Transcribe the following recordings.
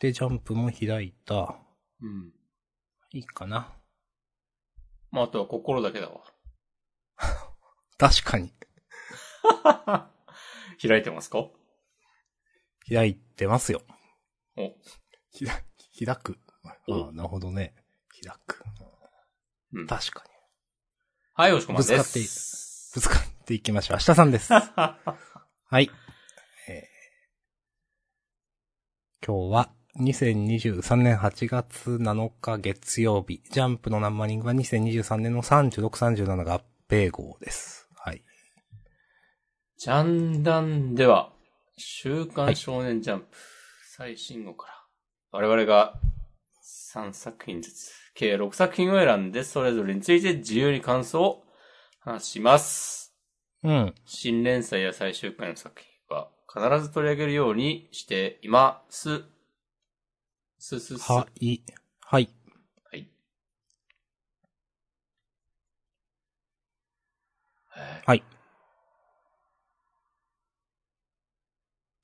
で、ジャンプも開いた。うん。いいかな。まあ、あとは心だけだ確かに。 わ。開いてますか開いてますよ。お。ひら、開く。あおあ、なるほどね。開く。うん。確かに。はい、おしこまんです。ぶつかっているぶつかっていきましょう。明日さん です。はい。えー今日は2023年8月7日月曜日、ジャンプのナンバリングは2023年の36、37が合併号です。はい。ジャンダンでは、週刊少年ジャンプ、最新号から、我々が3作品ずつ、計6作品を選んで、それぞれについて自由に感想を話します。うん。新連載や最終回の作品は、必ず取り上げるようにしています。すすす。は、い。はい。はい。はい。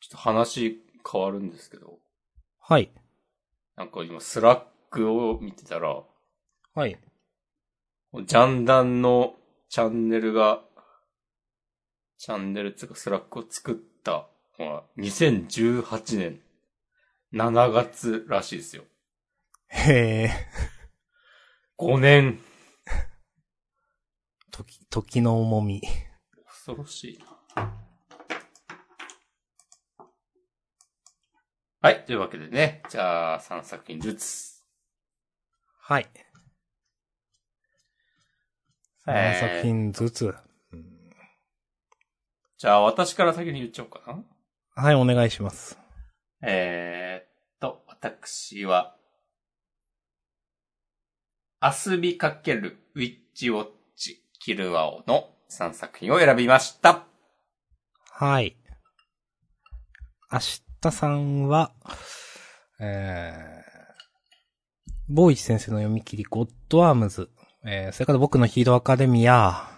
ちょっと話変わるんですけど、はい。なんか今、スラックを見てたら、はい。ジャンダンのチャンネルが、チャンネルっていうかスラックを作ったのは2018年7月らしいですよ。へえ。 5年。時、時の重み。恐ろしいな。はい。というわけでね。じゃあ、3作品ずつ。はい。3えー作品ずつ。じゃあ、私から先に言っちゃおうかな。はい、お願いします。えー、っと、私は、遊びかけるウィッチウォッチキルアオの3作品を選びました。はい。明日さんは、えー、ボーイチ先生の読み切り、ゴッドアームズ。えー、それから僕のヒーローアカデミア。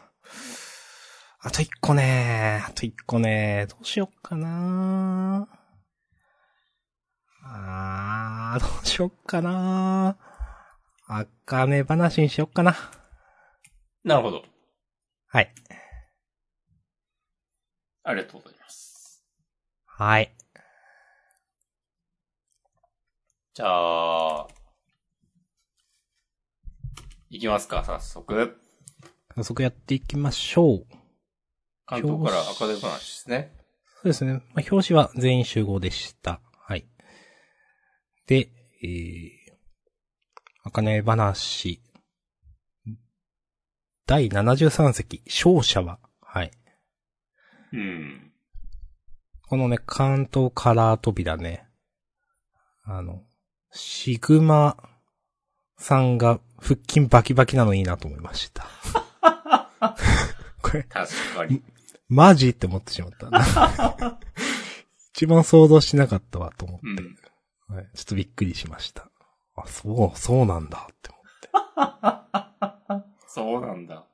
あと一個ねあと一個ねどうしよっかなあー、どうしよっかなあかね話にしよっかな。なるほど。はい。ありがとうございます。はい。じゃあ、いきますか、早速。早速やっていきましょう。関東からアカデミー話ですね。そうですね。まあ、表紙は全員集合でした。はい。で、えー、あかね話。第73席、勝者は。はい。うん。このね、関東カラー扉ね。あの、シグマさんが腹筋バキバキなのいいなと思いました。これ、確かに。マジって思ってしまった。 一番想像しなかったわと思って、はいちょっとびっくりしました。あ、そう、そうなんだってそうなんだ。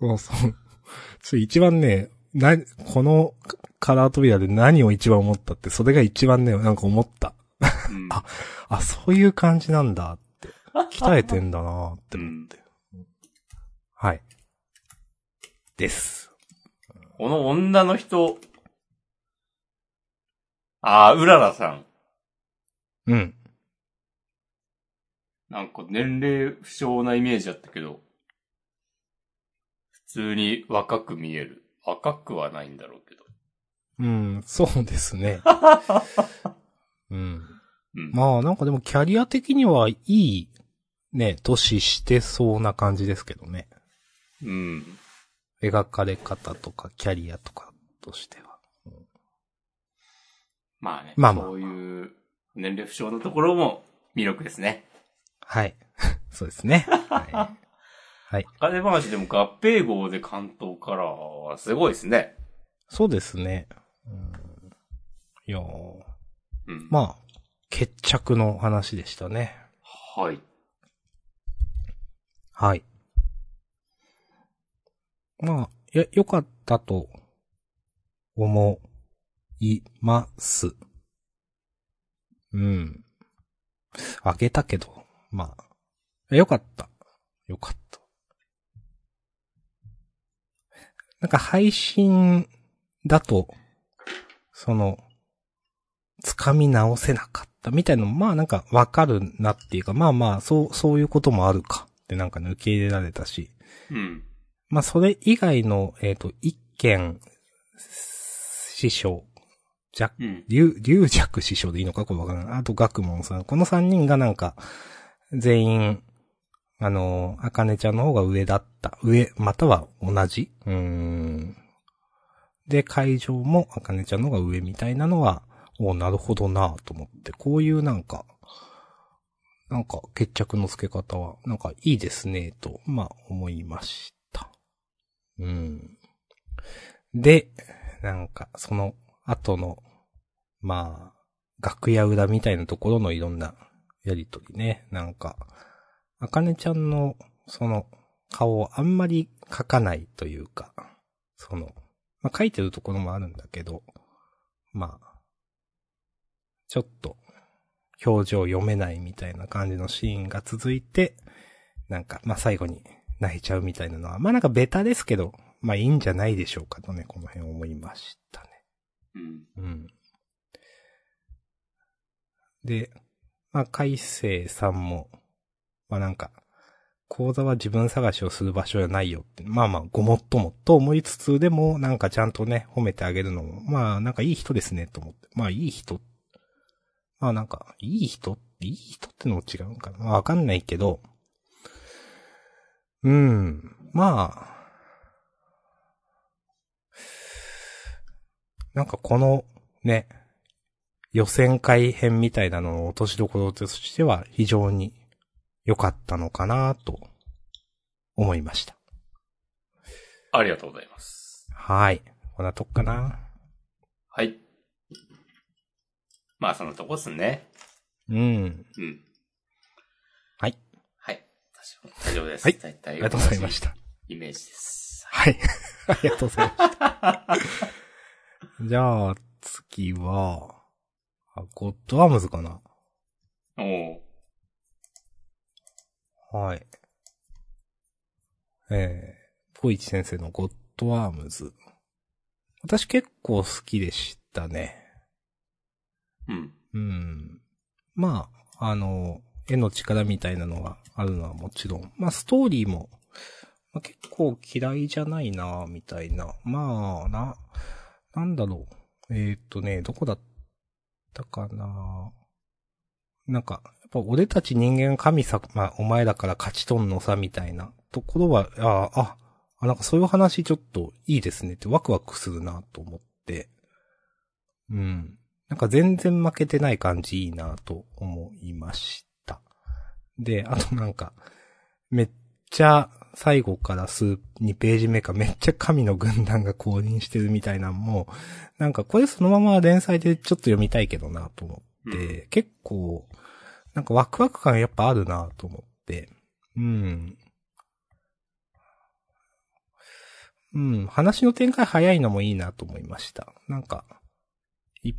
思って。そうそう。ちょっと一番ね、な、このカラー扉で何を一番思ったって、それが一番ね、なんか思った。うんああ、そういう感じなんだって。鍛えてんだなって思って。はい。です。この女の人、ああ、うららさん。うん。なんか年齢不詳なイメージだったけど、普通に若く見える。若くはないんだろうけど。うん、そうですね。うん。うん。まあなんかでもキャリア的にはいい、ね、年してそうな感じですけどね。うん。描かれ方とかキャリアとかとしては。まあね。まあまあそういう年齢不詳のところも魅力ですね。はい。 そうですね。は金話でも合併号で関東カラーはすごいですね。い、そうですね。うん、いやーうん。まあ、決着の話でしたね。はい。はい。まあ、よ、良かったと、思います。うん。あげたけど、まあ、よかった。よかった。なんか配信だと、その、掴み直せなかったみたいなのも、まあなんかわかるなっていうか、まあまあ、そう、そういうこともあるかってなんかね受け入れられたし、うん。まあそれ以外の、えっ、と、一見、師匠、若うん。龍、龍尺師匠でいいのかこれわからない。あと、学問さん。この三人がなんか、全員、あの、あかねちゃんの方が上だった。上、または同じ。うーん。で、会場もあかねちゃんの方が上みたいなのは、おなるほどなぁと思って、こういうなんか、なんか決着の付け方は、なんかいいですね、と、まあ思いました。うん。で、なんか、その後の、まあ、楽屋裏みたいなところのいろんなやりとりね。なんか、あかねちゃんの、その、顔をあんまり描かないというか、その、まあ描いてるところもあるんだけど、まあ、ちょっと、表情読めないみたいな感じのシーンが続いて、なんか、まあ最後に泣いちゃうみたいなのは、まあなんかベタですけど、まあいいんじゃないでしょうかとね、この辺思いましたね。うん。うん。で、まあ、海星さんも、まあなんか、講座は自分探しをする場所じゃないよって、まあまあ、ごもっともと思いつつ、でも、なんかちゃんとね、褒めてあげるのも、まあなんかいい人ですね、と思って。まあいい人。まあなんか、いい人って、いい人ってのも違うんかな。まあわかんないけど、うん、まあ、なんかこの、ね、予選会編みたいなのの落としどころとしては非常に良かったのかなと思いました。ありがとうございます。はい。こんなとこかな。はい。まあ、そのとこっすね。うん。うん。はい。はい。大丈夫です。はい大体。あありがとうございまし。た。イメージです。はい。 ありがとうございました。じゃあ、次は、あゴッドアームズかな。おおはい。えー、ポイチ先生のゴッドアームズ。私結構好きでしたね。ー。うん。うん。まあ、あの、絵の力みたいなのがあるのはもちろん。まあ、ストーリーも、まあ、結構嫌いじゃないな、みたいな。まあ、な、なんだろう。えーっとね、どこだったかな。なんか、やっぱ俺たち人間神様、まあ、お前だから勝ちとんのさ、みたいなところは、ああ、あ、なんかそういう話ちょっといいですねってワクワクするなと思って。うん。なんか全然負けてない感じいいなと思いました。で、あとなんか、めっちゃ最後から数、2ページ目かめっちゃ神の軍団が降臨してるみたいなんも、なんかこれそのまま連載でちょっと読みたいけどなと思って、う結構、なんかワクワク感やっぱあるなと思って、うん。うん、話の展開早いのもいいなと思いました。なんか、い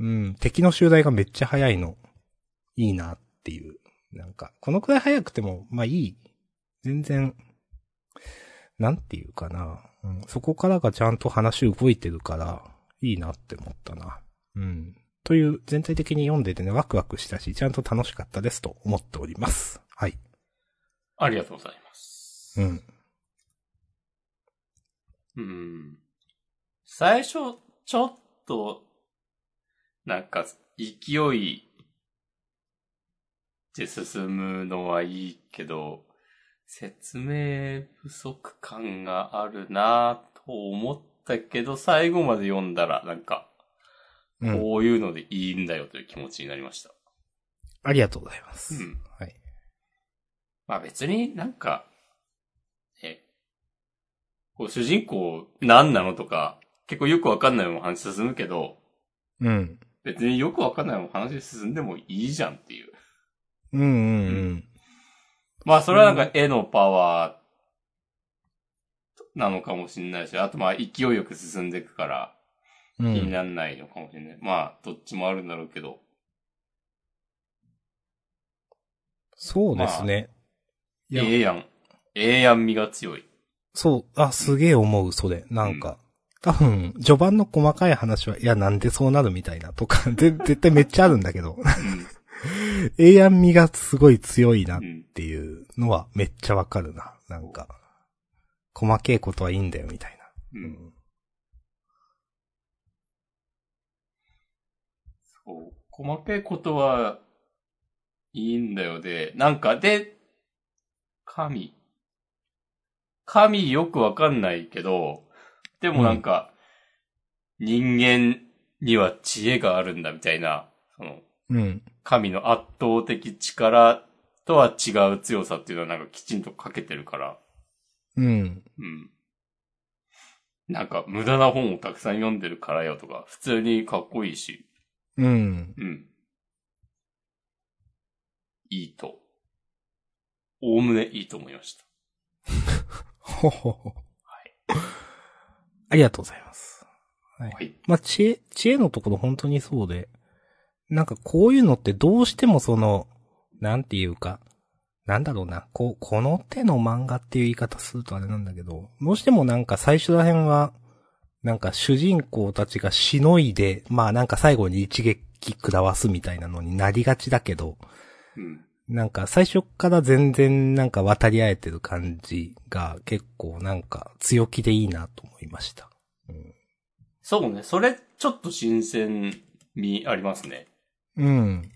うん、敵の襲来がめっちゃ早いの、いいなっていう。なんか、このくらい早くても、まあいい。全然、なんていうかな。うん、そこからがちゃんと話動いてるから、いいなって思ったな。うん。という、全体的に読んでてね、ワクワクしたし、ちゃんと楽しかったですと思っております。はい。ありがとうございます。うん。うん。最初、ちょっと、なんか、勢いで進むのはいいけど、説明不足感があるなぁと思ったけど、最後まで読んだら、なんか、うん。こういうのでいいんだよという気持ちになりました。ありがとうございまうす。ん。はい。まあ別になんか、え、こう主人公何なのとか、結構よくわかんないまま話進むけど、うん。別によくわかんないまま話進んでもいいじゃんっていう。うんうんうん。まあそれはなんか絵のパワーなのかもしれないし、あとまあ勢いよく進んでいくからう気ん。にならないのかもしれない。まあどっちもあるんだろうけど。そうですね。いや、ええやん。ええやん味が強い。そう、あ、すげえ思う、それ。なんか。多分、序盤の細かい話は、いや、なんでそうなるみたいなとか、 で、絶対めっちゃあるんだけど、 ええやん味がすごい強いなうっん。うんていうのはめっちゃわかるな。なんか、細けいことはいいんだよ、みたいな。うん。そう。細けいことは、いいんだよで、なんかで、神。神よくわかんないけど、でもなんか、人間には知恵があるんだみたいな、その、うん。神の圧倒的力とは違う強さっていうのはなんかきちんとかけてるから、うん。うん。なんか無駄な本をたくさん読んでるからよとか、普通にかっこいいし、うん。うん。いいと。おおむねいいと思いました。ほほほ。ありがとうございます。はい。まあ、知恵、知恵のところ本当にそうで、なんかこういうのってどうしてもその、なんていうか、なんだろうな、こう、この手の漫画っていう言い方するとあれなんだけど、どうしてもなんか最初ら辺は、なんか主人公たちがしのいで、まあなんか最後に一撃食らわすみたいなのになりがちだけど、うん。なんか最初から全然なんか渡り合えてる感じが結構なんか強気でいいなと思いました。そうね。それ、ちょっと新鮮味ありますね。うん。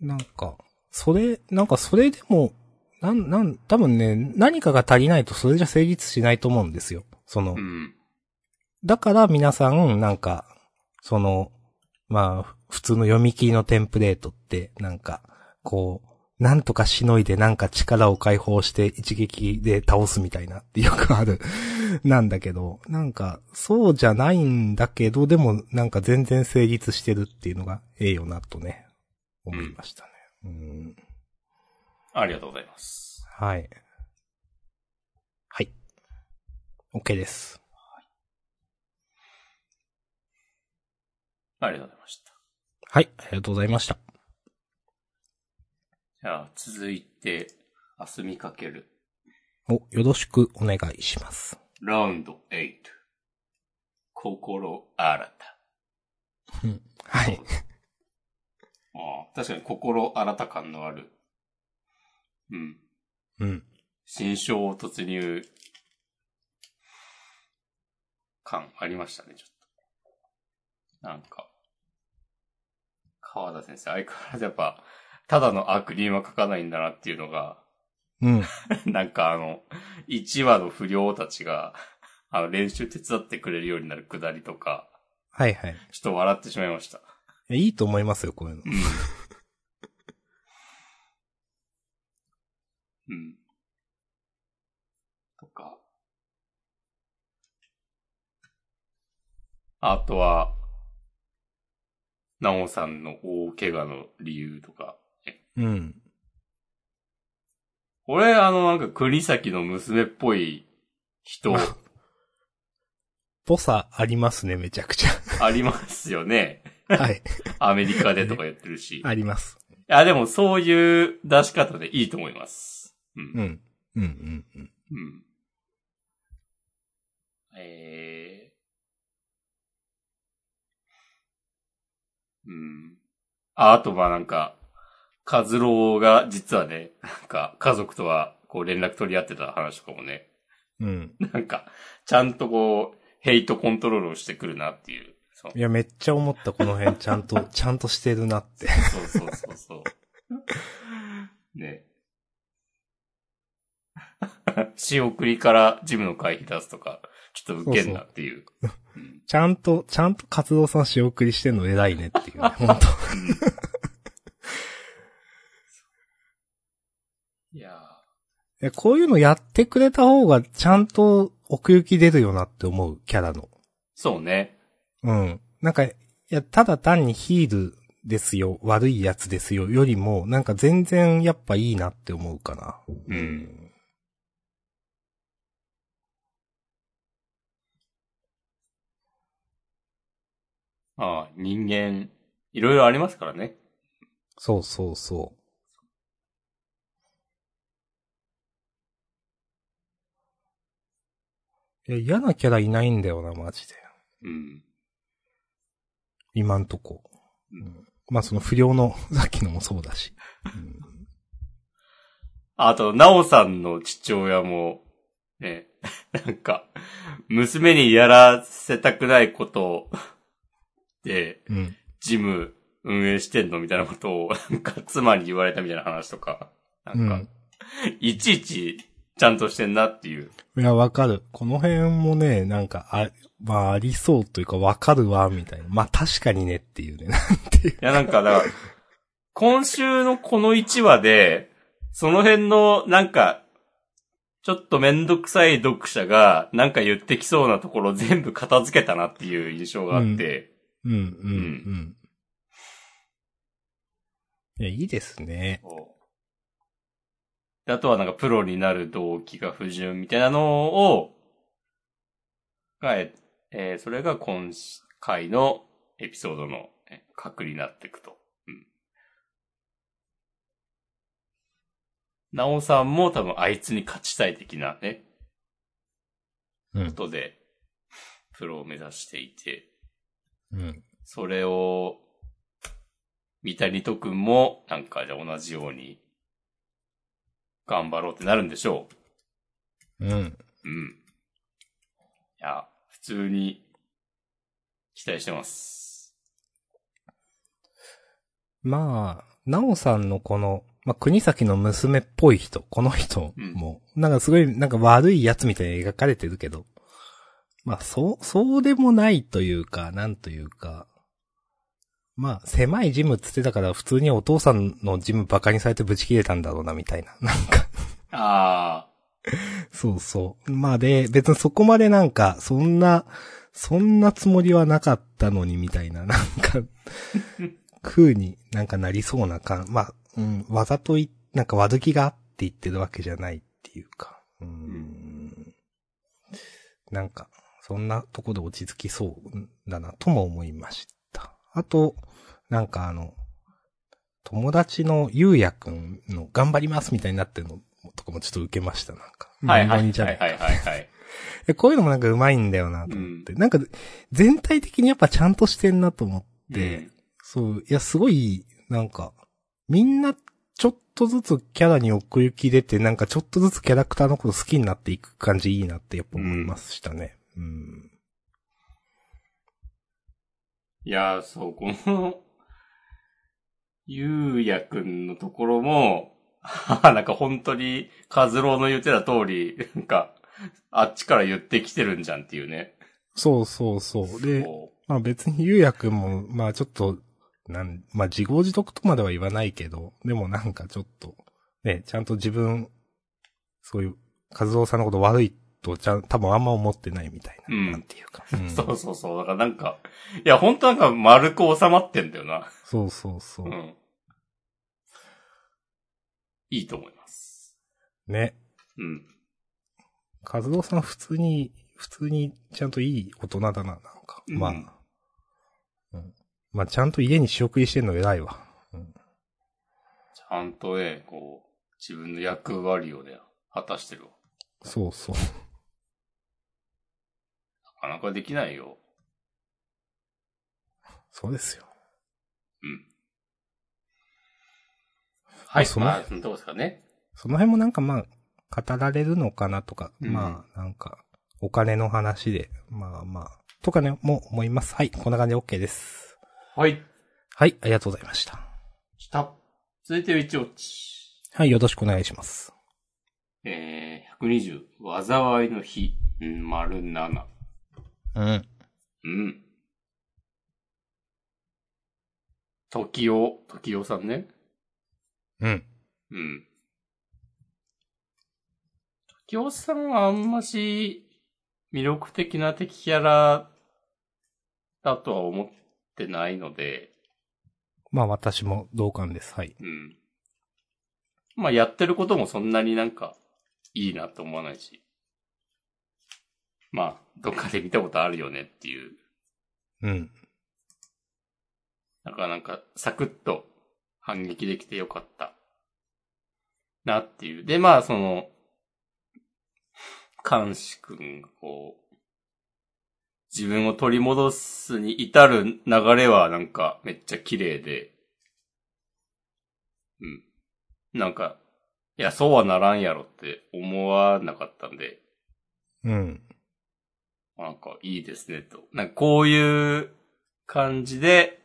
なんか、それ、なんかそれでも、なん、なん、多分ね、何かが足りないとそれじゃ成立しないと思うんですよ。その、うん。だから皆さん、なんか、その、まあ、普通の読み切りのテンプレートって、なんか、こう、なんとかしのいでなんか力を解放して一撃で倒すみたいなってよくある、 なんだけど、なんか、そうじゃないんだけど、でもなんか全然成立してるっていうのがええよなとね、思いましたね。うん、ありがとうございます。はい。はい。OK です。ありがとうございました。はい、ありがとうございました。じゃあ、続いて、明日見かける、お、よろしくお願いします。ラウンド8。心新た。はい。ああ、確かに心新た感のある。うん。うん。新章突入感ありましたね、ちょっと。なんか、川田先生、相変わらずやっぱ、ただの悪人は書かないんだなっていうのが、 うん。なんかあの、1話の不良たちが、あの、練習手伝ってくれるようになるくだりとか、はいはいちょっと笑ってしまいました。いや。いいと思いますよ、こういうの。うん。とか。あとは、なおさんの大怪我の理由とか。うん。俺、あの、なんか国崎の娘っぽい 人ぽさありますね、めちゃくちありますよね。ゃ。 はい。アメリカでとか言ってるし。いあります。や、でもそういう出し方でいいと思います。うんうん。うんうんうん。うん。えー。うん。あ、あとまあなんか、カズローが実はね、なんか家族とはこう連絡取り合ってた話とかもね、うん。なんか、ちゃんとこう、ヘイトコントロールをしてくるなっていう。そういや、めっちゃ思った、この辺、ちゃんと、ちゃんとしてるなって。そうそうそうそう。ね。仕送りからジムの会費出すとか、ちょっとウケんなっていう。うんちゃんと、ちゃんと活動さん仕送りしてんの偉いねって いうね、ほんと。いやいーやこういうのやってくれた方が、ちゃんと奥行き出るよなって思う、キャラの。そうね。うん。なんか、いや、ただ単にヒールですよ、悪いやつですよ、よりも、なんか全然やっぱいいなって思うかな。うん。ああ、人間、いろいろありますからね。そうそうそう。いや、嫌なキャラいないんだよな、マジで。うん。今んとこ。うんうんまあ、その不良の、 さっきのもそうだし。うんあと、なおさんの父親も、ね、 なんか、娘にやらせたくないことを、で、うん。ジム運営してんのみたいなことを、なんか、妻に言われたみたいな話とか、なんか、いちいち、ちゃんとしてんなっていう。いや、わかる。この辺もね、なんか、あ、まあ、ありそうというか、わかるわ、みたいな。まあ、確かにねっていうね。 いや、なんか、だから、今週のこの1話で、その辺の、なんか、ちょっとめんどくさい読者が、なんか言ってきそうなところ全部片付けたなっていう印象があって、うん、うん、うん。いや、いいですね。こうであとはなんかプロになる動機が不純みたいなのを、が、ええーそれが今回のエピソードのえ核になっていくと。うん。なおさんも多分あいつに勝ちたい的なね、うこん、とで、プロを目指していて、うん。それを、三谷とくんも、なんかじゃあ同じように、頑張ろうってなるんでしょうん。う。うん。いや、普通に、期待してます。まあ、なおさんのこの、まあ、国崎の娘っぽい人、この人も、なんかすごい、なんか悪いやつみたいに描かれてるけど、まあ、そう、そうでもないというか、なんというか、まあ、狭いジムっつってたから、普通にお父さんのジムバカにされてブチ切れたんだろうな、みたいな。なんか、あそうそう。まあで、別にそこまでなんか、そんな、そんなつもりはなかったのにみたいな、 なんか、風になんかなりそうな感、まあ、うん、わざとい、なんか悪気があって言ってるわけじゃないっていうか、うん。なんか、そんなとこで落ち着きそうだなとも思いました。あと、なんかあの、友達のゆうやくんの頑張りますみたいになってるのとかもちょっと受けました、なんか。あ、はいはい無は言いじゃはないはいはい。いやこういうのもなんかうまいんだよなと思って。なんか、全体的にやっぱちゃんとしてんなと思って。うんそう、いや、すごい、なんか、みんな、ちょっとずつキャラに奥行き出て、なんかちょっとずつキャラクターのこと好きになっていく感じいいなってやっぱ思いましたね。うん。いやー、そう、この、ゆうやくんのところも、 なんか本当に、カズローの言ってた通り、なんか、あっちから言ってきてるんじゃんっていうね。そうそうそう。で、こうまあ別にゆうやくんも、まあちょっと、なん、まあ自業自得とまでは言わないけど、でもなんかちょっと、ね、ちゃんと自分、そういう、和夫さんのこと悪いと、ちゃん、多分あんま思ってないみたいな、うんなんていうか。ん そうそうそう。だからなんか、いや、ほんとなんか丸く収まってんだよな。そうそうそうう。ん。いいと思います。ね。うん。和夫さん普通に、普通にちゃんといい大人だな、なんか。うんまあ。うんまあちゃんと家に仕送りしてんの偉いわ。ちゃんとね、こう、自分の役割をね、果たしてるわ。そうそう。なかなかできないよ。そうですよ。うん。はい、そのまあ、どうですかね。その辺もなんかまあ、語られるのかなとか、うんまあ、なんか、お金の話で、まあまあ、とかね、もう思います。はい、こんな感じで OK です。はい。はい、ありがとうございました。した。続いて、一落ち。はい、よろしくお願いします。えー、120、災いの日、うん丸7。うん。うん。時を、時をさんね。うん。うん。時をさんはあんまし、魅力的な敵キャラ、だとは思ってないので、まあ私も同感です。はい。うん。まあ、やってることもそんなになんか、いいなと思わないし。まあ、どっかで見たことあるよねっていう。うん。なんかなんか、サクッと反撃できてよかった。なっていう。で、まあ、その、監視くんがこう、自分を取り戻すに至る流れはなんかめっちゃ綺麗で、うん。なんか、いや、そうはならんやろって思わなかったんで、うん。なんかいいですねと。なんかこういう感じで、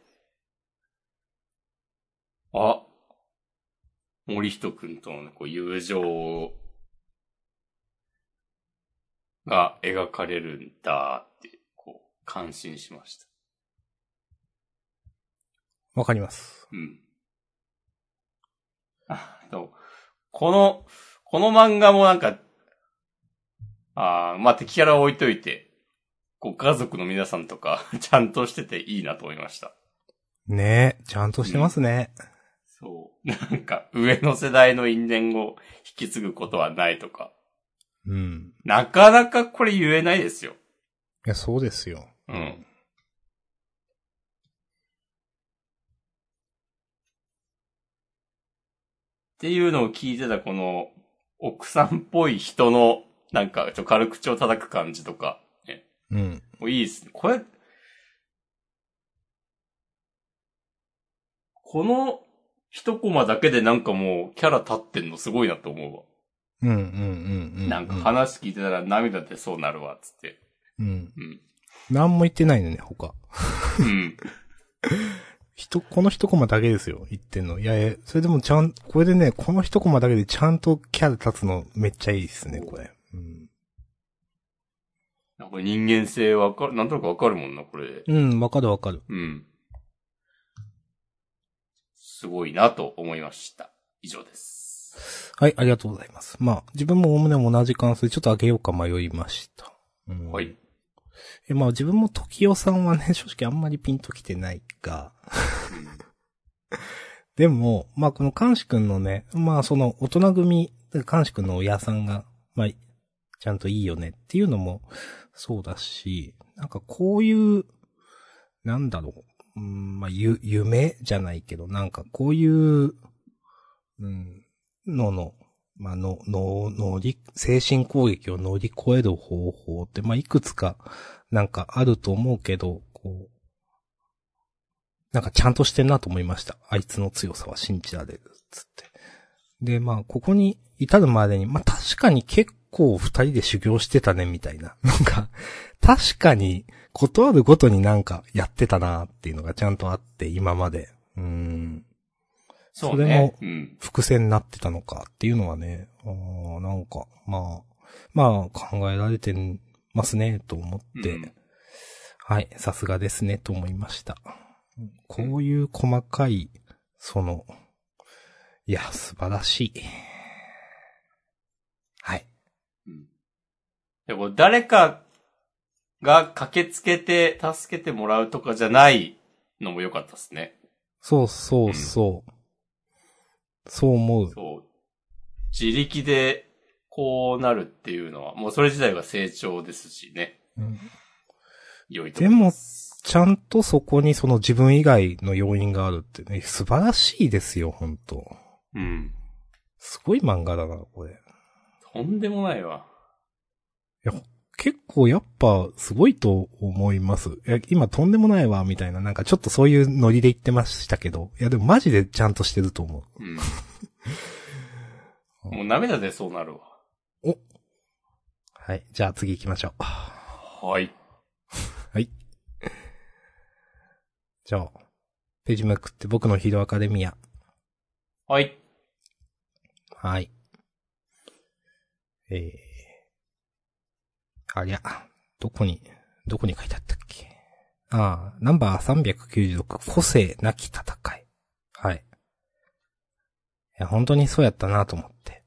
あ、森人くんとのこう友情が描かれるんだって、こう、感心しました。わかります。うん。あと、この、この漫画もなんか、あーまあ、敵キャラを置いといて、ご家族の皆さんとか、 ちゃんとしてていいなと思いました。ねえ、ちゃんとしてますね。そう。なんか、上の世代の因縁を引き継ぐことはないとか。うん。なかなかこれ言えないですよ。いや、そうですよ。うん。っていうのを聞いてたこの、奥さんっぽい人の、なんか、ちょっと軽口を叩く感じとか、ね、うん。もういいですね。これ、この一コマだけでなんかもうキャラ立ってんのすごいなと思うわ。うん、うん、うん、うん。なんか話聞いてたら涙出そうなるわ、つって。うん。うん。何も言ってないのね、他。うん。人、この一コマだけですよ、言ってんの。いやいや、それでもちゃん、これでね、この一コマだけでちゃんとキャラ立つのめっちゃいいですね、これ。うん。なんか人間性わかる、なんとなくわかるもんな、これで。うん、わかるわかる。うん。すごいなと思いました。以上です。はい、ありがとうございます。まあ、自分も概ね同じ関数、ちょっと上げようか迷いました。うんはい。。えまあ自分も時代さんはね、正直あんまりピンときてないが、でも、まあこの監視くんのね、まあその大人組、監視くんの親さんが、まあ、ちゃんといいよねっていうのもそうだし、なんかこういう、なんだろう、うん、まあゆ、夢じゃないけど、なんかこういう、うん、のの、まあの、の、のり、精神攻撃を乗り越える方法って、まあいくつか、なんかあると思うけど、こう、なんかちゃんとしてんなと思いました。あいつの強さは信じられる、つって。で、まあ、ここに至るまでに、まあ確かに結構二人で修行してたね、みたいな。 なんか、確かに、断るごとになんかやってたなっていうのがちゃんとあって、今まで。うーん。そうそれねも。うん。伏線になってたのかっていうのはね、あーなんか、まあ、まあ考えられてますね、と思って、うんはい、さすがですね、と思いました。こういう細かい、その、いや、素晴らしい。はい。うんでこれ誰かが駆けつけて助けてもらうとかじゃないのも良かったですね。そうそうそう。そう思う。そう。自力でこうなるっていうのは、もうそれ自体が成長ですしね。うん良いと思います。ちゃんとそこにその自分以外の要因があるってね、素晴らしいですよ、本当うん。すごい漫画だな、これ。とんでもないわ。結構やっぱすごいと思います。いや、今とんでもないわ、みたいな、なんかちょっとそういうノリで言ってましたけど、いやでもマジでちゃんとしてると思 うん。もう涙出そうなるわ。う。はい。じゃあ次行きましょう。はい。はい。じゃあ、ページめくって僕のヒーローアカデミア。はい。はい。えー。ありゃ、どこに、どこに書いてあったっけ。ああ、ナンバー396、個性なき戦い。はい。いや、本当にそうやったなと思って。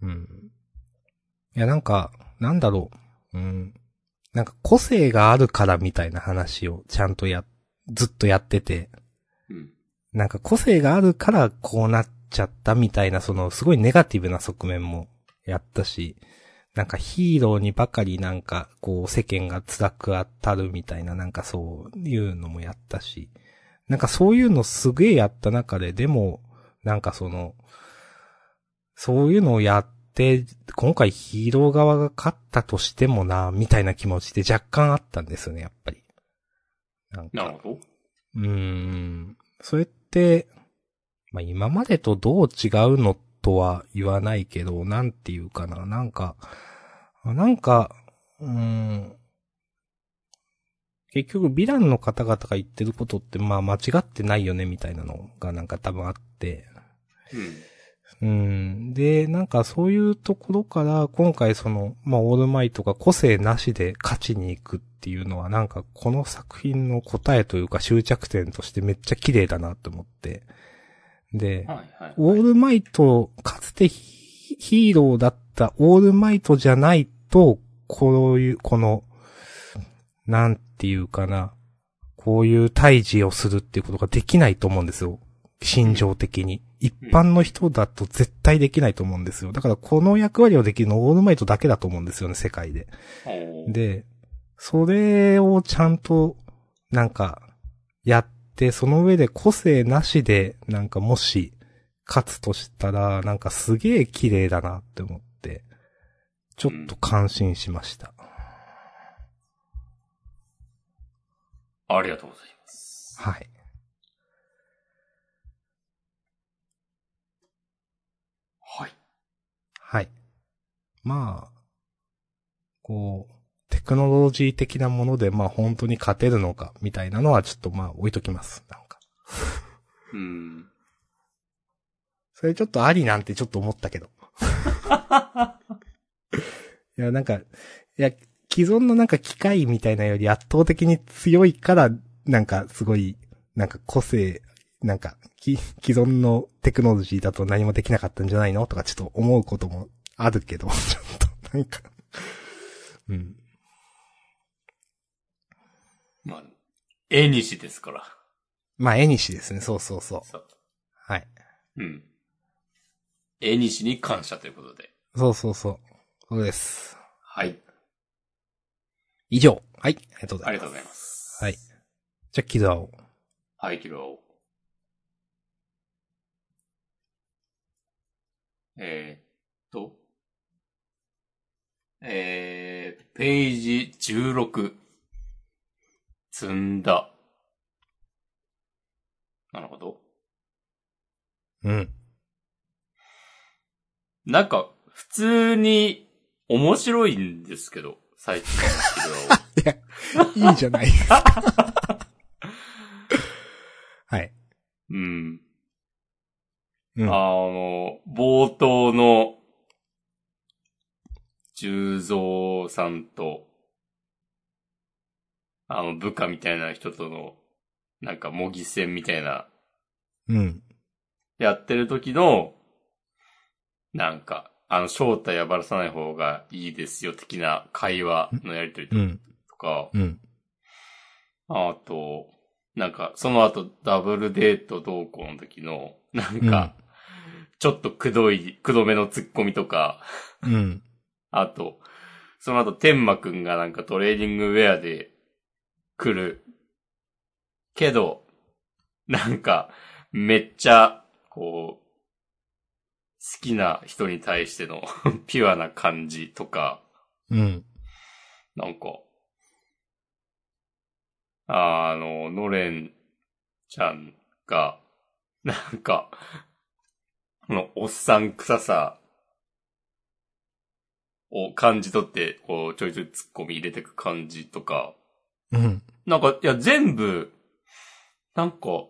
うん。いや、なんか、なんだろう。うん。なんか個性があるからみたいな話をちゃんとや、ずっとやってて。うん。なんか個性があるからこうなっちゃったみたいな、そのすごいネガティブな側面もやったし、なんかヒーローにばかりなんかこう世間が辛く当たるみたいな、なんかそういうのもやったし、なんかそういうのすげえやった中で、でも、なんかその、そういうのをやって、今回ヒーロー側が勝ったとしてもな、みたいな気持ちで若干あったんですよね、やっぱり。なんかなるほど。うーん。それって、まあ、今までとどう違うのとは言わないけど、なんていうかな、なんか、なんか、うーん。結局、ヴィランの方々が言ってることって、まあ、間違ってないよね、みたいなのがなんか多分あって、うん。うん。で、なんかそういうところから、今回その、まあ、オールマイトが個性なしで勝ちに行くっていうのは、なんかこの作品の答えというか終着点としてめっちゃ綺麗だなと思って。で、はいはい。オールマイト、かつてヒヒーローだったオールマイトじゃないと、こういう、この、なんていうかな、こういう退治をするっていうことができないと思うんですよ。心情的に。一般の人だと絶対できないと思うんですよ。だからこの役割をできるのオールマイトだけだと思うんですよね、世界で。おーで、それをちゃんと、なんか、やって、その上で個性なしで、なんかもし、勝つとしたら、なんかすげえ綺麗だなって思って、ちょっと感心しました。ありがとうございます。はい。はい。はい。まあ、こう、テクノロジー的なもので、まあ本当に勝てるのか、みたいなのはちょっとまあ置いときます。なんか。うん。それちょっとありなんてちょっと思ったけど。 いや、なんか、いや、既存のなんか機械みたいなより圧倒的に強いから、なんかすごい、なんか個性、なんか、き既存のテクノロジーだと何もできなかったんじゃないのとかちょっと思うこともあるけど、ち ょっと、なんか、うん。まあ、絵西ですから。まあ、絵にしですね。そうそうそう。そう。はい。うん。絵西に感謝ということで。そうそうそう。そうです。はい。以上。はい。ありがとうごあざいります。がとうございます。はい。じゃあ、キザを。はい、キロ。えー、っと。えー、ページ16。積んだ。なるほど。うん。なんか、普通に面白いんですけど、最近のキロ。いいじゃないです か。はい。うん。うん。あの、冒頭の、重蔵さんと、あの、部下みたいな人との、なんか模擬戦みたいな、うん。やってる時の、なんか、あの、正体はばらさない方がいいですよ、的な会話のやりとりうん。とか、うん。あと、なんか、その後、ダブルデート同行の時の、なんか、ちょっとくどい、くどめのツッコミとか、うん。あと、その後、天馬くんがなんかトレーディングウェアで来る。けど、なんか、めっちゃ、こう、好きな人に対しての ピュアな感じとか、うん。なんか、あの、のれんちゃんが、なんか、このおっさん臭さを感じ取って、こう、ちょいちょい突っ込み入れてく感じとか、うん。なんか、いや、全部、なんか、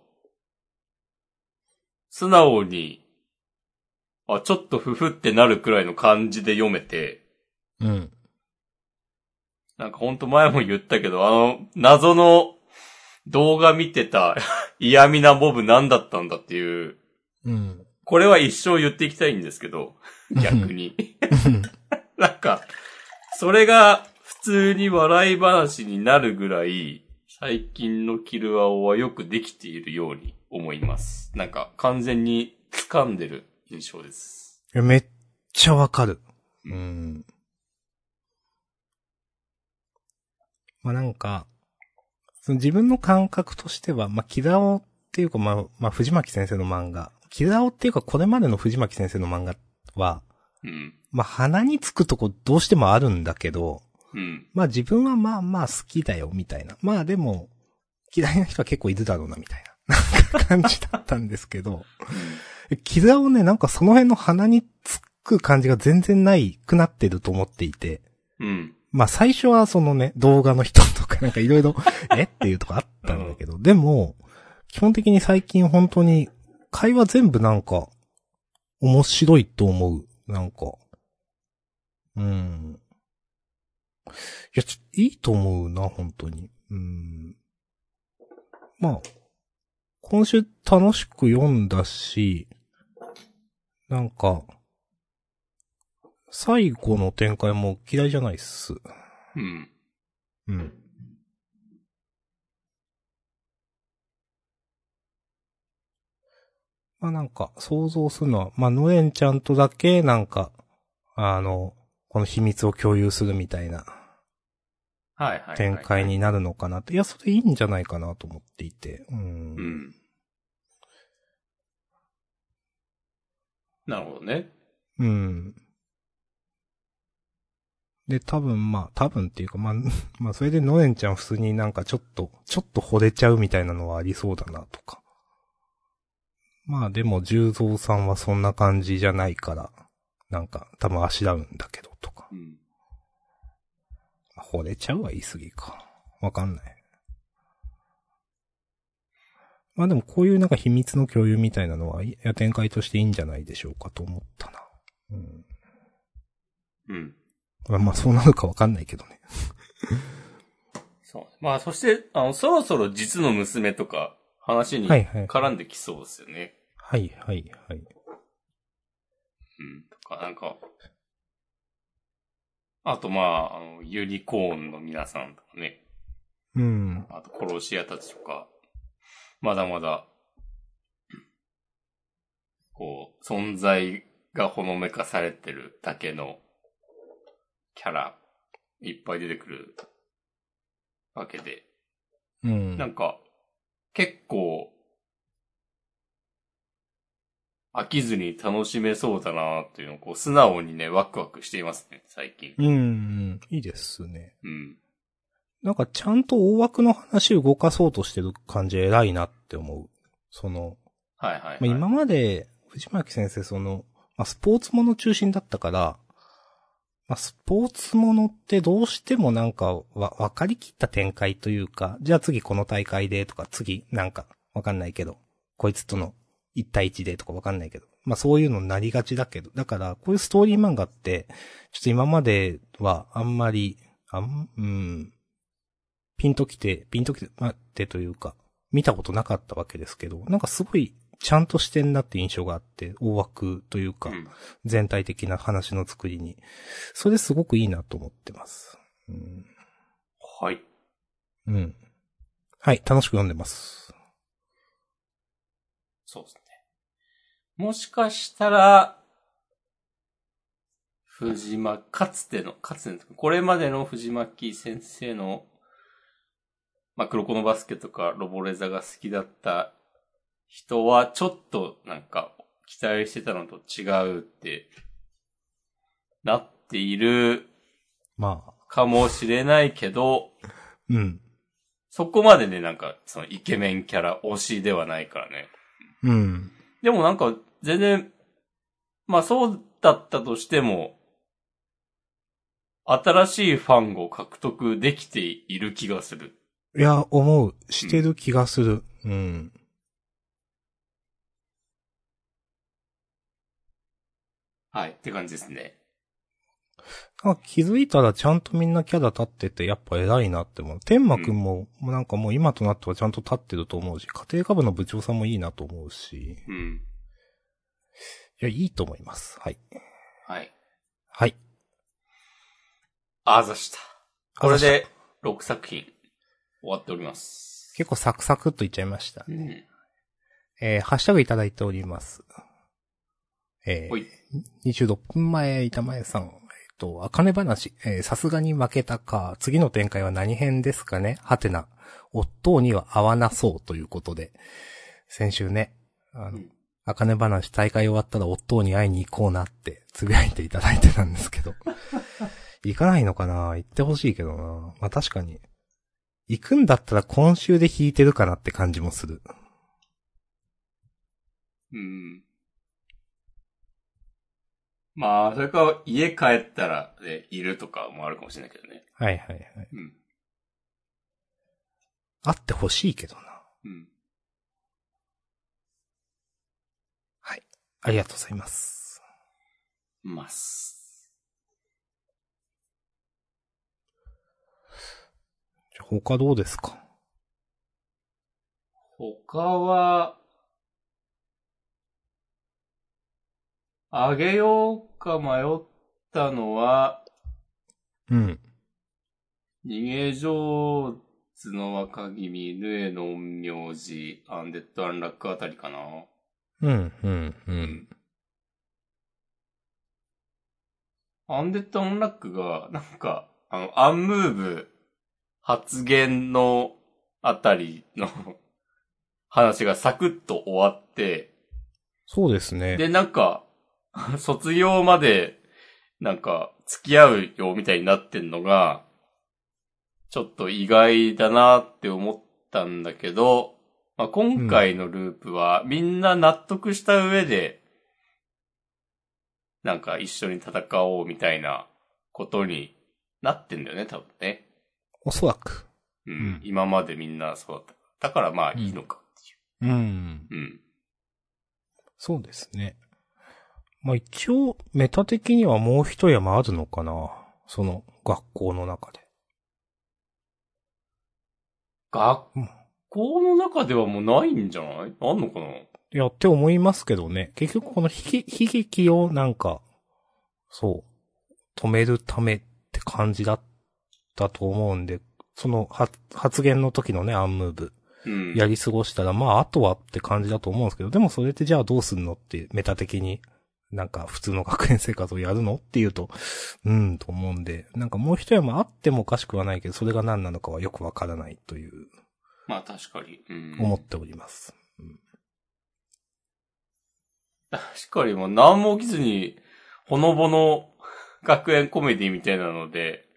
素直に、あ、ちょっとふふってなるくらいの感じで読めて、うん。なんかほんと前も言ったけど、あの、謎の動画見てた 嫌味なボブ何だったんだっていう、うん。これは一生言っていきたいんですけど、逆に。 なんか、それが普通に笑い話になるぐらい、最近のキルアオはよくできているように思います。なんか完全に掴んでる印象です。いやめっちゃわかる。うん。まあ、なんか、その自分の感覚としては、まあ、木沢っていうか、まあ、まあ、藤巻先生の漫画。木沢っていうか、これまでの藤巻先生の漫画は、うん。まあ、鼻につくとこどうしてもあるんだけど、うん。まあ自分はまあまあ好きだよ、みたいな。まあでも、嫌いな人は結構いるだろうな、 みたいな。なんか感じだったんですけど、キザをね、なんかその辺の鼻につく感じが全然ないくなってると思っていて、うん。まあ最初はそのね、動画の人とかなんかいろいろ、えっていうとこあったんだけど、でも、基本的に最近本当に会話全部なんか、面白いと思う。なんか。うん。いや、ちょいいと思うな、本当に。うん。まあ、今週楽しく読んだし、なんか、最後の展開も嫌いじゃないっす。うん。うん。まあなんか、想像するのは、まあノエンちゃんとだけ、なんか、あの、この秘密を共有するみたいなはいはいはい。展開。になるのかなって。いや、それいいんじゃないかなと思っていて。うん。うん。なるほどね。うん。で、多分まあ、多分っていうか、まあ、 まあ、それでノエンちゃん普通になんかちょっと、ちょっと惚れちゃうみたいなのはありそうだなとか。まあでも、十三さんはそんな感じじゃないから、なんか多分あしらうんだけどとか。うん。惚れちゃうは言い過ぎか。わかんない。まあでもこういうなんか秘密の共有みたいなのは、いや展開としていいんじゃないでしょうかと思ったな。うん。うん。まあ、まあそうなるかわかんないけどね。そう。まあ、そして、あの、そろそろ実の娘とか、話にはいはい絡んできそうですよね。はいはいはい。うん。とか、なんか、あと、まあ、あの、ユニコーンの皆さんとかね。うん。あと、殺し屋たちとか、まだまだ、こう、存在がほのめかされてるだけのキャラ、いっぱい出てくるわけで、うん。なんか、結構、飽きずに楽しめそうだなっていうのを、こう、素直にね、ワクワクしていますね、最近。うんうん。いいですね。うん。なんかちゃんと大枠の話動かそうとしてる感じ偉いなって思う。その、はいはい、はい。まあ、今まで藤巻先生その、まあ、スポーツもの中心だったから、まあ、スポーツものってどうしてもなんかわ、わかりきった展開というか、じゃあ次この大会でとか、次なんかわかんないけど、こいつとの1対1でとかわかんないけど、まあそういうのになりがちだけど、だからこういうストーリー漫画って、ちょっと今まではあんまり、あん、うん、ピンときて、ピンときて、待ってというか、見たことなかったわけですけど、なんかすごいちゃんとしてんなって印象があって、大枠というか、うん全体的な話の作りに。それすごくいいなと思ってます。うん。はい。うん。はい、楽しく読んでます。そうですね。もしかしたら、藤巻、かつての、かつての、これまでの藤巻先生の、まあ、黒子のバスケとかロボレザが好きだった人は、ちょっとなんか、期待してたのと違うって、なっているまあ、かもしれないけど、うん。そこまでね、なんか、そのイケメンキャラ推しではないからね。うん。でもなんか、全然、まあそうだったとしても、新しいファンを獲得できている気がする。いや、思う。してる気がする。うん。はい。って感じですね。なんか気づいたらちゃんとみんなキャラ立ってて、やっぱ偉いなって思う。天馬くんも、もうなんかもう今となってはちゃんと立ってると思うし、家庭科部の部長さんもいいなと思うし、うん。いや、いいと思います。はい。はい。はい。あざした。これあざしで6作品終わっておりますた。。結構サクサクっといっちゃいました。うん。えー、ハッシュタグいただいております。えほー、い。 26分前、板前さん。と、あかね話、えーさすがに負けたか、次の展開は何編ですかねはてな。夫には合わなそうということで、先週ね、あうのん、あかね話大会終わったら夫に会いに行こうなって、つぶやいていただいてたんですけ ど。行かないのかな行ってほしいけどなまあ確かに。行くんだったら今週で弾いてるかなって感じもする。うん。まあ、それか、家帰ったら、ね、いるとかもあるかもしれないけどね。はいはいはい。うん。会ってほしいけどな。うん。ありがとうございます。ます。じゃあ他どうですか他は、あげようか迷ったのは、うん。逃げ上手の若君、ぬえの陰陽師、アンデッド安楽あたりかな。うん、うん、う。。うんアンデッド・アンラックが、なんか、あの、アンムーブ発言のあたりの話がサクッと終わって、そうですね。で、なんか、 卒業まで、なんか、付き合うよみたいになってんのが、ちょっと意外だなって思ったんだけど、まあ、今回のループは、みんな納得した上で、なんか一緒に戦おうみたいなことになってんだよね、多分ね。おそらく。うん。うん今までみんなそうだった。だからまあいいのかっうん。ていう。うん。そうですね。まあ一応、メタ的にはもう一山あるのかなその学校の中で。学うん校の中ではもうないんじゃないあんのかないや、って思いますけどね。結局この悲劇悲劇をなんか、そう、止めるためって感じだったと思うんで、その発発言の時のね、アンムーブ。うん。やり過ごしたら、まあ、あとはって感じだと思うんですけど、でもそれってじゃあどうすんのって、メタ的に、なんか普通の学園生活をやるのっていうと、うん、と思うんで、なんかもう一山あってもおかしくはないけど、それが何なのかはよくわからないという、まあ確かに。うん。思っております。確かにもう何も起きずに、ほのぼの 学園コメディみたいなので、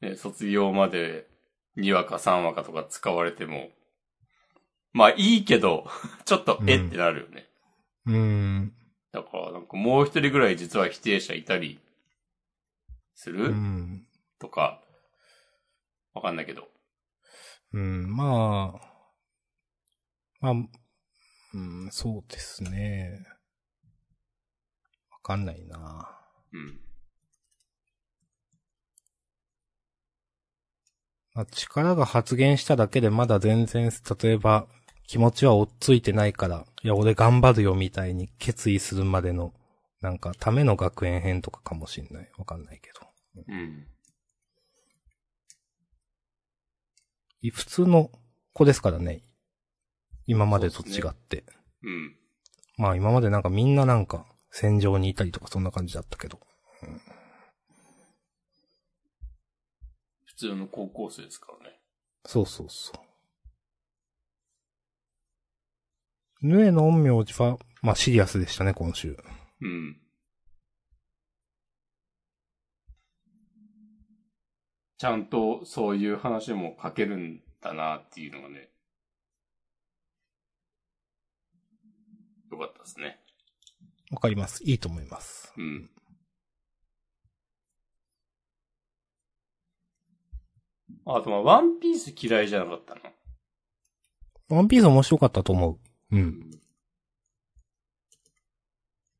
ね、卒業まで2話か3話かとか使われても、まあいいけど、 ちょっとうんえってなるよね。うーん、だからなんかもう一人ぐらい実は否定者いたり、すうる、ん、とか、わかんないけど。うん、まあ、まあ、うん、そうですね。わかんないなうん。まあ、力が発言しただけでまだ全然、例えば、気持ちは追っついてないから、いや、俺頑張るよみたいに決意するまでの、なんか、ための学園編とかかもしんない。わかんないけど。うん。い普通の子ですからね。今までと違って。うん。まあ、今までなんかみんななんか、戦場にいたりとかそんな感じだったけど。普通の高校生ですからね。そうそうそう。ヌエの陰陽師は、まあ、シリアスでしたね、今週。うん。ちゃんとそういう話も書けるんだなっていうのがね。よかったですね。わかります。いいと思います。うん。あと、まあ、ワンピース嫌いじゃなかったな。ワンピース面白かったと思う。うん。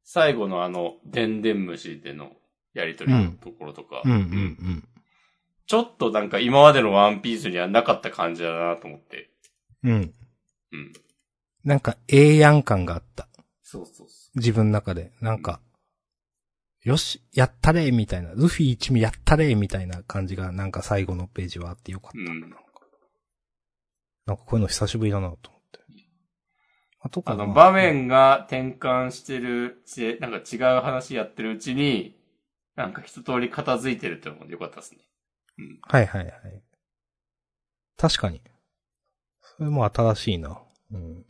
最後のあの、でんでん虫でのやりとりのところとか、うんうんうん。ちょっとなんか今までのワンピースにはなかった感じだなと思って。うん。うん。なんか、ええやん感があった。そうそうそ自分の中で。なんか、よし、やったれみたいな。ルフィ一味やったれみたいな感じが、なんか最後のページはあってよかった。うんなんか、なんかこういうの久しぶりだなと思って。あとあかなの、場面が転換してる、ちなんか違う話やってるうちに、なんか一通り片付いてると思うんでよかったですね。はいはいはい。確かに。それも新しいな。うん。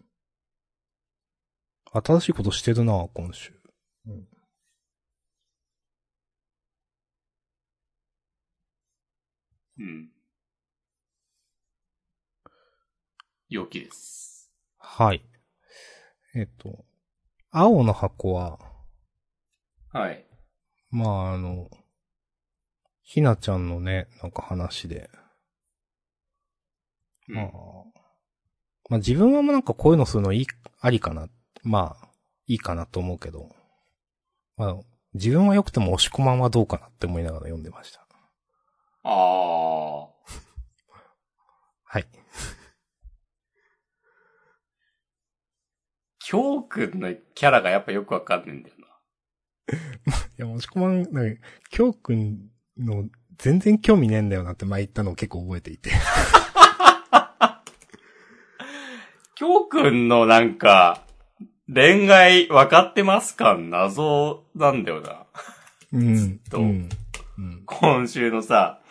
新しいことしてるな、今週。うん。うん。良きです。はい。えっと、青の箱は、はい。まあ、あの、ひなちゃんのね、なんか話で、うんまあ、まあ自分はもうなんかこういうのするのいい、ありかな。まあ、いいかなと思うけど。まあ、自分は良くても押し込まんはどうかなって思いながら読んでました。ああ。 はい。 京くんのキャラがやっぱよくわかんないんだよな。いや、押し込まん、なんか、きょうくんの全然興味ねえんだよなって前言ったのを結構覚えていて。京くんのなんか、恋愛分かってますか謎なんだよな。 うん。とうん。うん。今週のさ、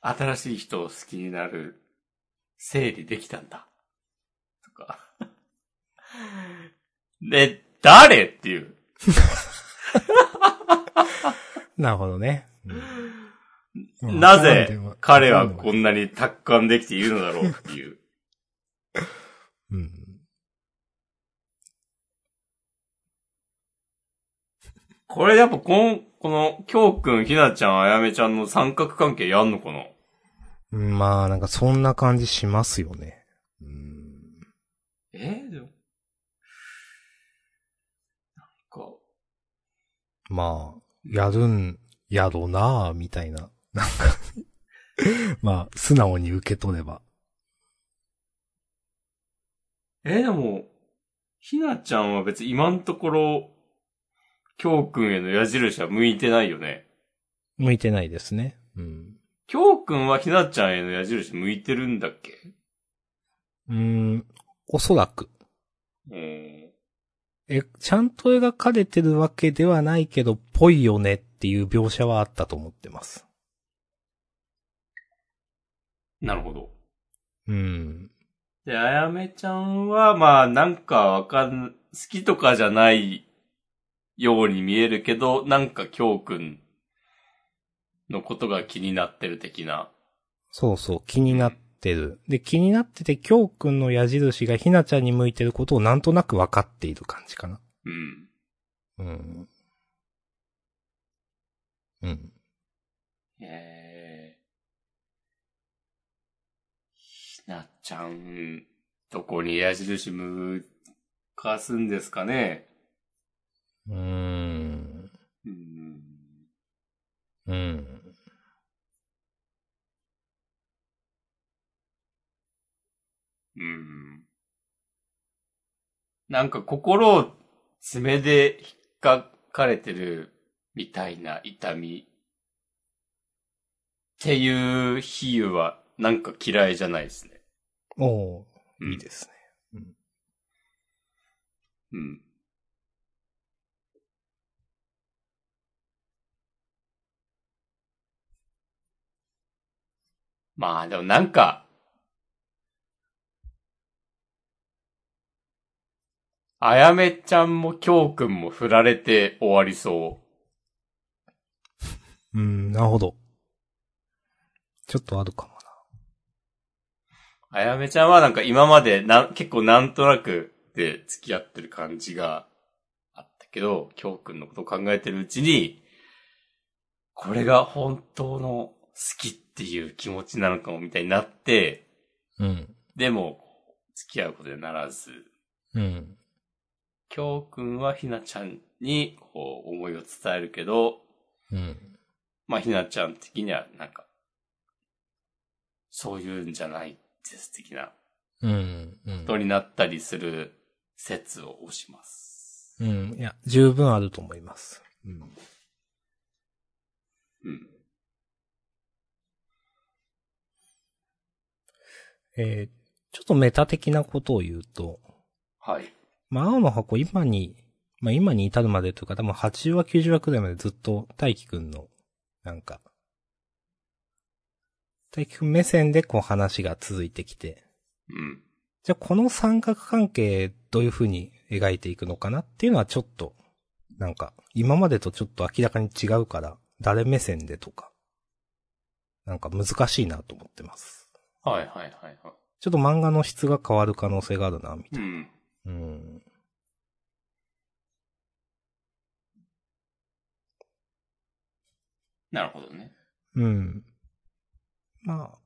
新しい人を好きになる、整理できたんだ。とか。 で、誰っていう。なるほどね。うんうんななんでぜわ彼はなんでわこんなに達観できているのだろうっていう。うん。これやっぱこの、この、京くん、ひなちゃん、あやめちゃんの三角関係やんのかなうんまあ、なんかそんな感じしますよね。うん。えでも。なんか、まあ、やるん、やろうなあみたいな。なんか、 まあ、素直に受け取れば。え、でも、ひなちゃんは別に今のところ、きょうくんへの矢印は向いてないよね。向いてないですね。うん。きょうくんはひなちゃんへの矢印向いてるんだっけうん、おそらく。うん。え、ちゃんと描かれてるわけではないけど、ぽいよねっていう描写はあったと思ってます。なるほど。うん。で、あやめちゃんは、まあ、なんかわかん、好きとかじゃないように見えるけど、なんかきょうくんのことが気になってる的な。そうそう、気になってる。で、気になってて、きょうくんの矢印がひなちゃんに向いてることをなんとなく分かっている感じかな。ううん。ん。うん。えー、ひなちゃん、どこに矢印向かすんですかねうーん。うん。うん。うん。なんか心を爪で引っかかれてるみたいな痛みっていう比喩はなんか嫌いじゃないですね。おーうんいいですね。うん。まあ、でもなんか、あやめちゃんもきょうくんも振られて終わりそうん、なるほど。ちょっとあるかもな。う。あやめちゃんはなんか今までな、結構なんとなくで付き合ってる感じがあったけど、きょうくんのことを考えてるうちに、これが本当の好きっていう気持ちなのかもみたいになって、うん。でも、付き合うことにならず、うん。きょうくんはひなちゃんに、こう、思いを伝えるけど、うん。まあ、ひなちゃん的には、なんか、そういうんじゃないです、的な、うん。うんことになったりする説を押します。うん。いや、十分あると思います。うん。うん。えーちょっとメタ的なことを言うと、はい。まあ、青の箱今に、まあ今に至るまでというか多分80話90話くらいまでずっと大輝くんのなんか、大輝くん目線でこう話が続いてきて、うん。じゃあこの三角関係どういう風に描いていくのかなっていうのはちょっと、なんか、今までとちょっと明らかに違うから、誰目線でとか、なんか難しいなと思ってます。はいはいはいはちょっと漫画の質が変わる可能性があるな、みたいい。うな。ん。うん。なるほどね。うん。まあ、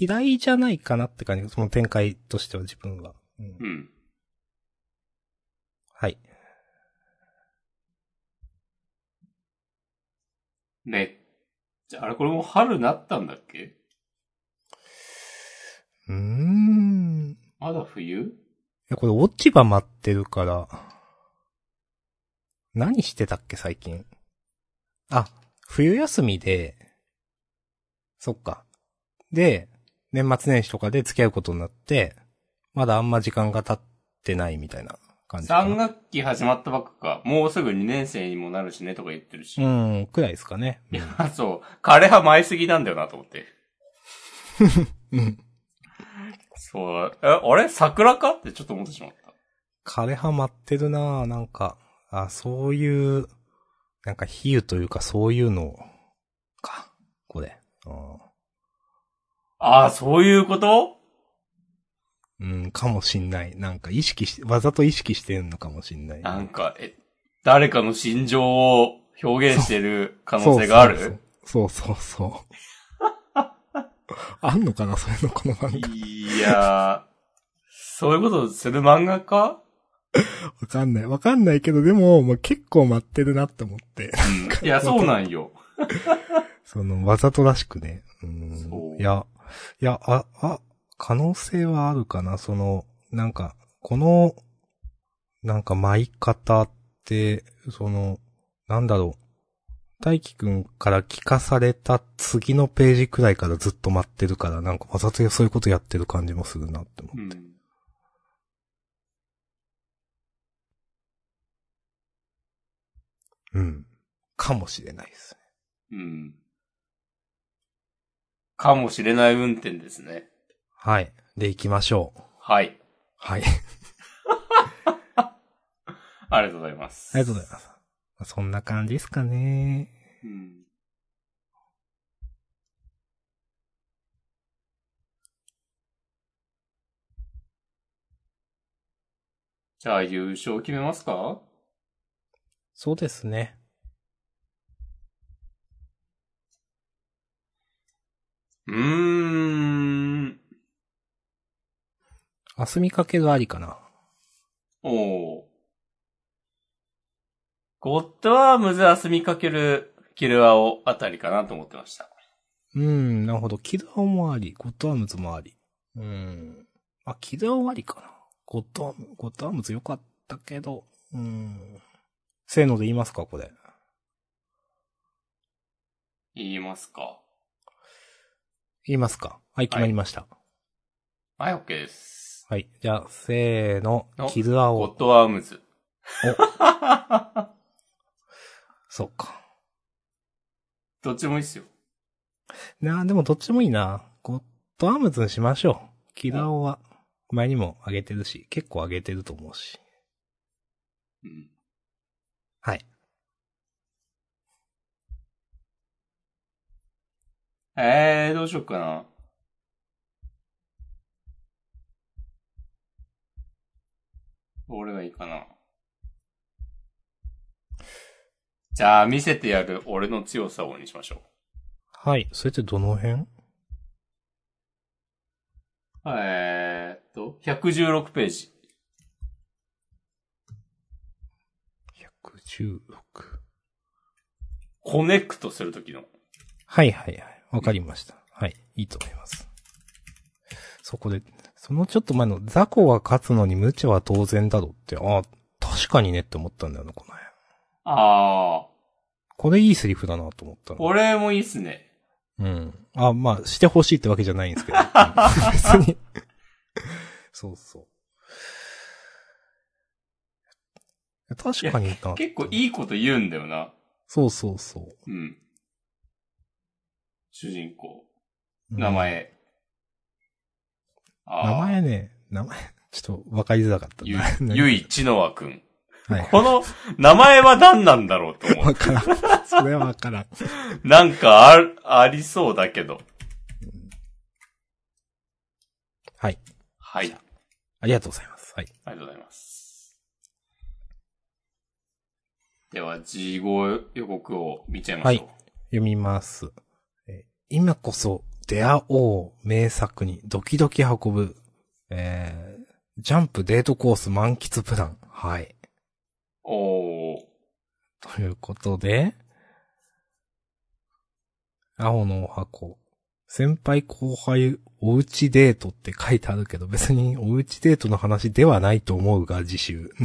嫌いじゃないかなって感じ。その展開としては自分は。うんうん。はい。ね。じゃあ、あれこれも春なったんだっけうーん。まだ冬いや、これ落ち葉待ってるから、何してたっけ最近。あ、冬休みで、そっか。で、年末年始とかで付き合うことになって、まだあんま時間が経ってないみたいな感じか三な。学期始まったばっかか。もうすぐ2年生にもなるしねとか言ってるし。うん、くらいですかね。うんあ、そう。彼派舞いすぎなんだよなと思って。うん。そう。え、あれ桜かってちょっと思ってしまった。枯葉舞ってるなぁ、なんか。あ、そういう、なんか比喩というかそういうの、か。これ。うんああ、そういうことうん、かもしんない。なんか意識し、わざと意識してんのかもしんない。なんか、え、誰かの心情を表現してる可能性があるそうそうそうそうそう。 あんのかなそういうの、この漫画。いやー、そういうことする漫画家わかんない。わかんないけど、でも、もう結構待ってるなって思って。 いや、そうなんよ。その、わざとらしくね。うん。そういや、いや、あ、あ、可能性はあるかな。その、なんか、この、なんか舞い方って、その、なんだろう。大輝くんから聞かされた次のページくらいからずっと待ってるから、なんかわざとそういうことやってる感じもするなって思うんって。うん。かもしれないですうん。かもしれない運転ですね。はい。で、行きましょう。はい。はい。ありがとうございます。ありがとうございます。そんな感じですかね。うん。じゃあ、優勝決めますかそうですね。うーん。あすみかけがありかな。おお。ゴッドアームズ休みかけるキルアオあたりかなと思ってました。うん、なるほど。キルアオもあり、ゴッドアームズもあり。うん。あ、キルアオありかな。ゴッドアーム、ゴッドアームズ良かったけど、うん。せーので言いますか、これ。言いますか。言いますか。はい、決まりました。はい、OK です。はい。じゃあ、せーのお、キルアゴオッ。ドアームズ。そうか。 どっちもいいっすよ。なあ、でもどっちもいいな。ゴッドアームズにしましょう。キルアオは、前にもあげてるし、結構あげてると思うし。うん。はい。えー、どうしよっかな。俺がいいかな。じゃあ、見せてやる俺の強さをにしましょはい。それってどの辺う。えーっと、116ページ。 116。コネクトするときの。はいはいはい。わかりました。はい。いいと思います。そこで、そのちょっと前の雑魚が勝つのに無茶は当然だろって、ああ、確かにねって思ったんだよな、この辺。あこれいいセリフだなと思ったー、の。これもいいっすね。うん。あ、まあ、してほしいってわけじゃないん ですけど。うん別に。そうそう。確かにな。結構いいこと言うんだよな。そうそうそう。うん。主人公。うん名。前。あ名あ前ね、名前、ちょっと分かりづらかったゆな。ゆいちのわくん。 はいこの名前は何なんだろうと思わう。からん。 それはわからん。 なんかある、ありそうだけど。はい。はい。ありがとうございます。はい。ありがとうございます。では、G5 予告を見ちゃいましょう。読みます。えー今こそ出会おう名作にドキドキ運ぶ、えージャンプデートコース満喫プラン。はい。おー。ということで、青のお箱。先輩後輩おうちデートって書いてあるけど、別におうちデートの話ではないと思うが、次週。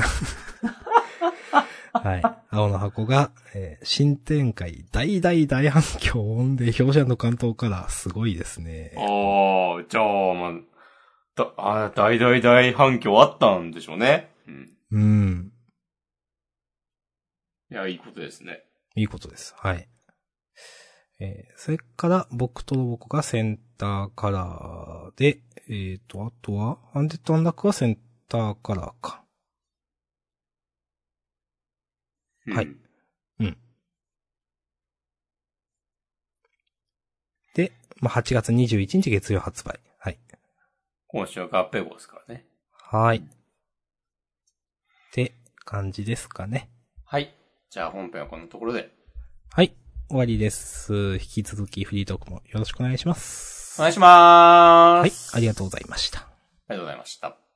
はい。青の箱が、えー新展開大大大反響を生んで表者の関東からすごいですね。おー、じゃあ、まあ、だ、あー大大大反響あったんでしょうね。うん。うん。いや、いいことですね。いいことです。はい。えーそれから、僕とロボコがセンターカラーで、えーと、あとは、アンデッドアンラックはセンターカラーか。うんはい。で、まあ、8月21日月曜発売。はい。今週は合併号ですからね。はい。って感じですかね。はい。じゃあ、本編はこんなところで。はい。終わりです。引き続きフリートークもよろしくお願いします。お願いしまはーいす。。ありがとうございました。ありがとうございました。